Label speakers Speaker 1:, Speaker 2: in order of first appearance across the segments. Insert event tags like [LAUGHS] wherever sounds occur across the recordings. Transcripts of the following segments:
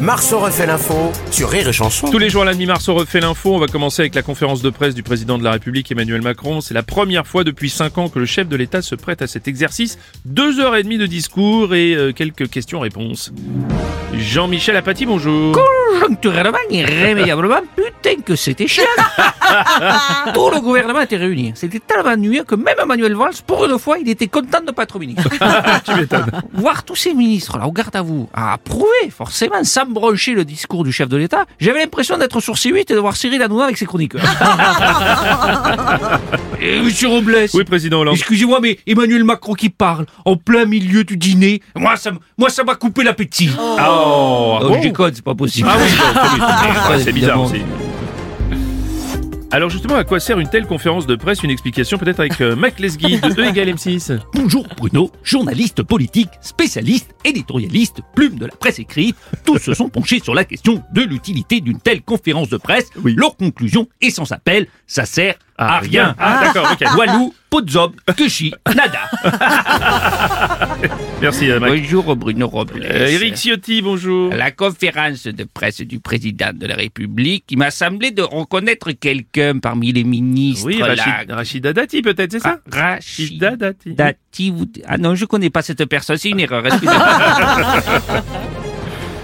Speaker 1: Marceau refait l'info sur Rire et Chanson.
Speaker 2: Tous les jours à la mi-mars, on refait l'info. On va commencer avec la conférence de presse du président de la République, Emmanuel Macron. C'est la première fois depuis cinq ans que le chef de l'État se prête à cet exercice. Deux heures et demie de discours et euh, quelques questions-réponses. Jean-Michel Apathy, bonjour.
Speaker 3: Conjoncturellement, irrémédiablement, putain que c'était chiant
Speaker 2: [LAUGHS]
Speaker 3: Tout le gouvernement était réuni. C'était tellement ennuyeux que même Manuel Valls, pour une fois, il était content de ne pas être ministre.
Speaker 2: [LAUGHS] tu m'étonnes.
Speaker 3: Voir tous ces ministres-là, au garde à vous, à approuver, forcément, sans broncher le discours du chef de l'État, j'avais l'impression d'être sur C8 et de voir Cyril Hanouna avec ses chroniques.
Speaker 2: [LAUGHS]
Speaker 3: et monsieur Robles
Speaker 2: Oui, président Hollande.
Speaker 3: Excusez-moi, mais Emmanuel Macron qui parle en plein milieu du dîner, moi ça, m- moi ça m'a coupé l'appétit.
Speaker 2: Oh, ah
Speaker 3: Oh,
Speaker 2: bon
Speaker 3: je déconne, c'est pas possible.
Speaker 2: Ah oui,
Speaker 3: [LAUGHS]
Speaker 2: bon, c'est- c'est bizarre
Speaker 3: évidemment.
Speaker 2: aussi. Alors justement, à quoi sert une telle conférence de presse Une explication peut-être avec euh, Mac Lesguy de E égale M6.
Speaker 3: Bonjour Bruno, journaliste politique, spécialiste, éditorialiste, plume de la presse écrite, tous se sont penchés sur la question de l'utilité d'une telle conférence de presse. Leur conclusion est sans appel, ça sert à, rien.
Speaker 2: Ah d'accord, ok.
Speaker 3: Walou, Potsdam, Keshi, Nada.
Speaker 2: Merci euh, Mac.
Speaker 3: [LAUGHS] Bonjour Bruno Robles.
Speaker 2: Euh, Eric Ciotti, bonjour.
Speaker 3: La conférence de presse du président de la République, il m'a semblé de reconnaître quelqu'un parmi les ministres.
Speaker 2: Oui,
Speaker 3: là.
Speaker 2: Rachid, Ah, Rachida Dati peut-être, c'est ça
Speaker 3: Ra-
Speaker 2: Rachida Dati.
Speaker 3: Dati, vous- Ah non, je connais pas cette personne, c'est une
Speaker 2: [LAUGHS]
Speaker 3: erreur. excusez-moi.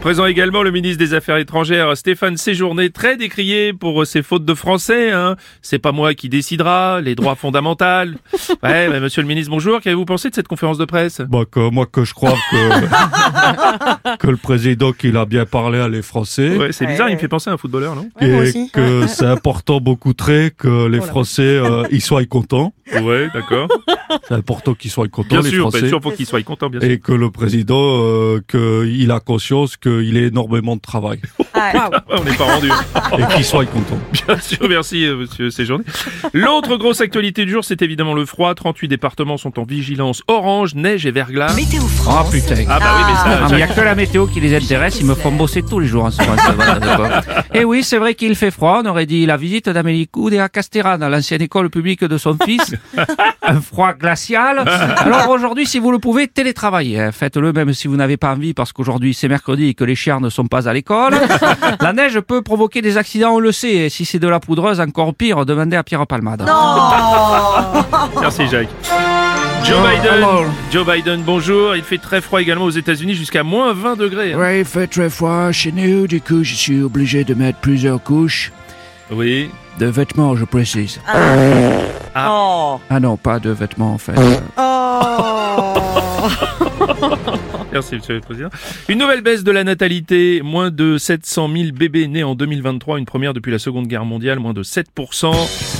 Speaker 2: Présent également le ministre des Affaires étrangères Stéphane Séjourné, très décrié pour euh, ses fautes de français. Hein. C'est pas moi qui décidera, les [LAUGHS] droits fondamentaux. Ouais, bah, monsieur le ministre, bonjour. Qu'avez-vous pensé de cette conférence de presse
Speaker 4: Bah que, moi que je crois que, que le président qu'il a bien parlé à les Français
Speaker 2: Ouais, c'est bizarre, il me fait penser à un footballeur, non
Speaker 4: et que c'est important beaucoup très que les Français euh, ils soient contents.
Speaker 2: Ouais, d'accord.
Speaker 4: C'est important qu'ils soient contents
Speaker 2: Bien
Speaker 4: les
Speaker 2: sûr, bien
Speaker 4: Français.
Speaker 2: sûr, pour qu'il soit content, bien sûr.
Speaker 4: Et que le président euh, que il a conscience qu'il a énormément de travail
Speaker 2: Ouais, on n'est pas rendu. hein.
Speaker 4: et qu'il soit content.
Speaker 2: Bien sûr, merci, euh, monsieur Séjourné. L'autre grosse actualité du jour, c'est évidemment le froid. 38 départements sont en vigilance orange, neige et verglas.
Speaker 5: Météo
Speaker 3: Oh
Speaker 5: France.
Speaker 3: putain.
Speaker 2: Ah bah oui, mais ça,
Speaker 3: Ah, mais il n'y a
Speaker 2: Jacques-
Speaker 3: que la météo qui les intéresse, ils me font bosser tous les jours en ce moment. ça va, d'accord.
Speaker 6: [LAUGHS]
Speaker 3: Et oui, c'est vrai qu'il fait froid, on aurait dit la visite d'Amélie Coude à Castéran, à l'ancienne école publique de son
Speaker 6: [LAUGHS]
Speaker 3: fils. Un froid glacial. Alors aujourd'hui, si vous le pouvez, télétravaillez. hein. Faites-le même si vous n'avez pas envie, parce qu'aujourd'hui c'est mercredi et que les chiens ne sont pas
Speaker 6: [LAUGHS]
Speaker 3: à l'école. La neige peut provoquer des accidents, on le sait. Et si c'est de la poudreuse, encore pire, demandez à Pierre Palmade.
Speaker 2: Merci Jacques. Joe
Speaker 3: Oh,
Speaker 2: Biden,
Speaker 3: hello.
Speaker 2: Joe Biden, bonjour. Il fait très froid également aux États-Unis jusqu'à moins 20 degrés. hein.
Speaker 6: Ouais, il fait très froid chez nous, du coup je suis obligé de mettre plusieurs couches
Speaker 2: Oui.
Speaker 6: de vêtements, je précise.
Speaker 5: Oh.
Speaker 6: Ah non, pas de vêtements en fait. Euh,
Speaker 5: Oh.
Speaker 2: Merci, monsieur le président. Une nouvelle baisse de la natalité. Moins de 700 000 bébés nés en 2023. Une première depuis la seconde guerre mondiale. Moins de 7%.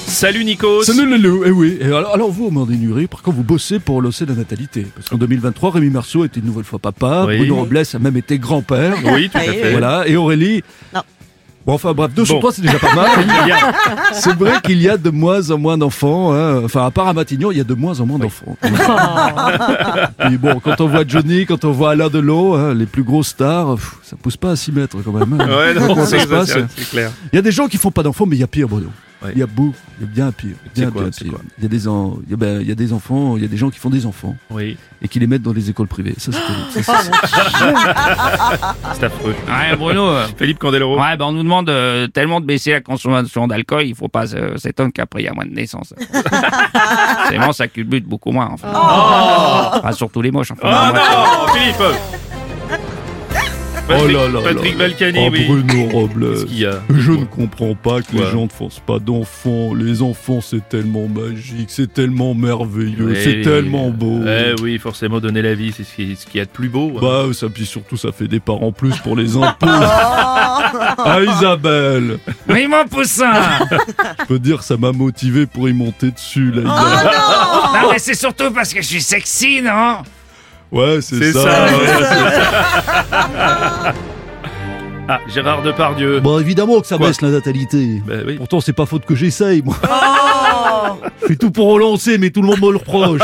Speaker 2: Salut, Nikos.
Speaker 4: Salut Lolo, eh oui. Et alors, alors vous, Amandine Nury, par contre vous bossez pour l'OC de la natalité. Parce qu'en 2023, Rémi Marceau était une nouvelle fois papa,
Speaker 2: Oui.
Speaker 4: Bruno Robles a même été grand-père.
Speaker 2: Oui, tout à fait.
Speaker 4: Voilà, et Aurélie.
Speaker 5: Non.
Speaker 4: Bon, enfin bref, deux
Speaker 2: Bon.
Speaker 4: sur trois, c'est déjà
Speaker 2: [LAUGHS]
Speaker 4: pas mal.
Speaker 2: Il y a-
Speaker 4: c'est vrai qu'il y a de moins en moins d'enfants. hein. Enfin, à part à Matignon, il y a de moins en moins d'enfants. [LAUGHS] Mais bon, quand on voit Johnny, quand on voit Alain Delon, hein, les plus grosses stars, pff, ça pousse pas à 6 mètres quand même. hein. [LAUGHS]
Speaker 2: Ouais, non,
Speaker 4: Comment ça
Speaker 2: c'est
Speaker 4: se passe
Speaker 2: c'est- c'est clair.
Speaker 4: Il y a des gens qui font pas d'enfants, mais il y a pire, Bruno.
Speaker 2: Ouais.
Speaker 4: Il y a beau, il y a bien pire.
Speaker 2: C'est
Speaker 4: Bien,
Speaker 2: quoi,
Speaker 4: bien
Speaker 2: c'est
Speaker 4: pire.
Speaker 2: quoi
Speaker 4: Il y, a des en- il y a- ben, il y a des enfants, il y a des gens qui font des enfants
Speaker 2: Oui,
Speaker 4: et qui les mettent dans les écoles privées. Ça, c'est terrible.
Speaker 2: Oh,
Speaker 4: Ça, c'est-
Speaker 2: c'est affreux.
Speaker 3: Ouais, Bruno. euh,
Speaker 2: Philippe Candeloro.
Speaker 3: Ouais, ben on nous demande euh, tellement de baisser la consommation d'alcool, il faut pas euh, s'étonner qu'après il y a moins de naissances. C'est bon, ça culbute beaucoup moins. Enfin. Enfin, surtout les moches. Enfin,
Speaker 2: Ah
Speaker 3: bon,
Speaker 2: non,
Speaker 3: ouais.
Speaker 2: Philippe. Patrick, Patrick Balkany,
Speaker 4: Oh,
Speaker 2: oui.
Speaker 4: Bruno Robles.
Speaker 2: Qu'est-ce qu'il y a
Speaker 4: Je ne comprends pas que
Speaker 2: Quoi
Speaker 4: les gens ne fassent pas d'enfants. Les enfants, c'est tellement magique, c'est tellement merveilleux,
Speaker 2: Ouais,
Speaker 4: c'est
Speaker 2: oui.
Speaker 4: tellement beau.
Speaker 2: Eh oui, forcément, donner la vie, c'est ce qui- ce qu'il y a de plus beau. hein.
Speaker 4: Bah, ça, puis surtout, ça fait des parents plus pour les impôts. ah, Isabelle
Speaker 3: Mais mon poussin
Speaker 4: Je peux dire, ça m'a motivé pour y monter dessus, là. Isabelle.
Speaker 3: Non, mais c'est surtout parce que je suis sexy, non
Speaker 4: Ouais,
Speaker 2: c'est
Speaker 4: c'est
Speaker 2: ça.
Speaker 4: ça.
Speaker 2: ouais, c'est ça. [LAUGHS] ah, Gérard Depardieu.
Speaker 7: Bah évidemment que ça
Speaker 2: Quoi
Speaker 7: baisse la natalité.
Speaker 2: Bah oui.
Speaker 7: Pourtant c'est pas faute que j'essaye moi. Je fais tout pour relancer mais tout le monde me le reproche.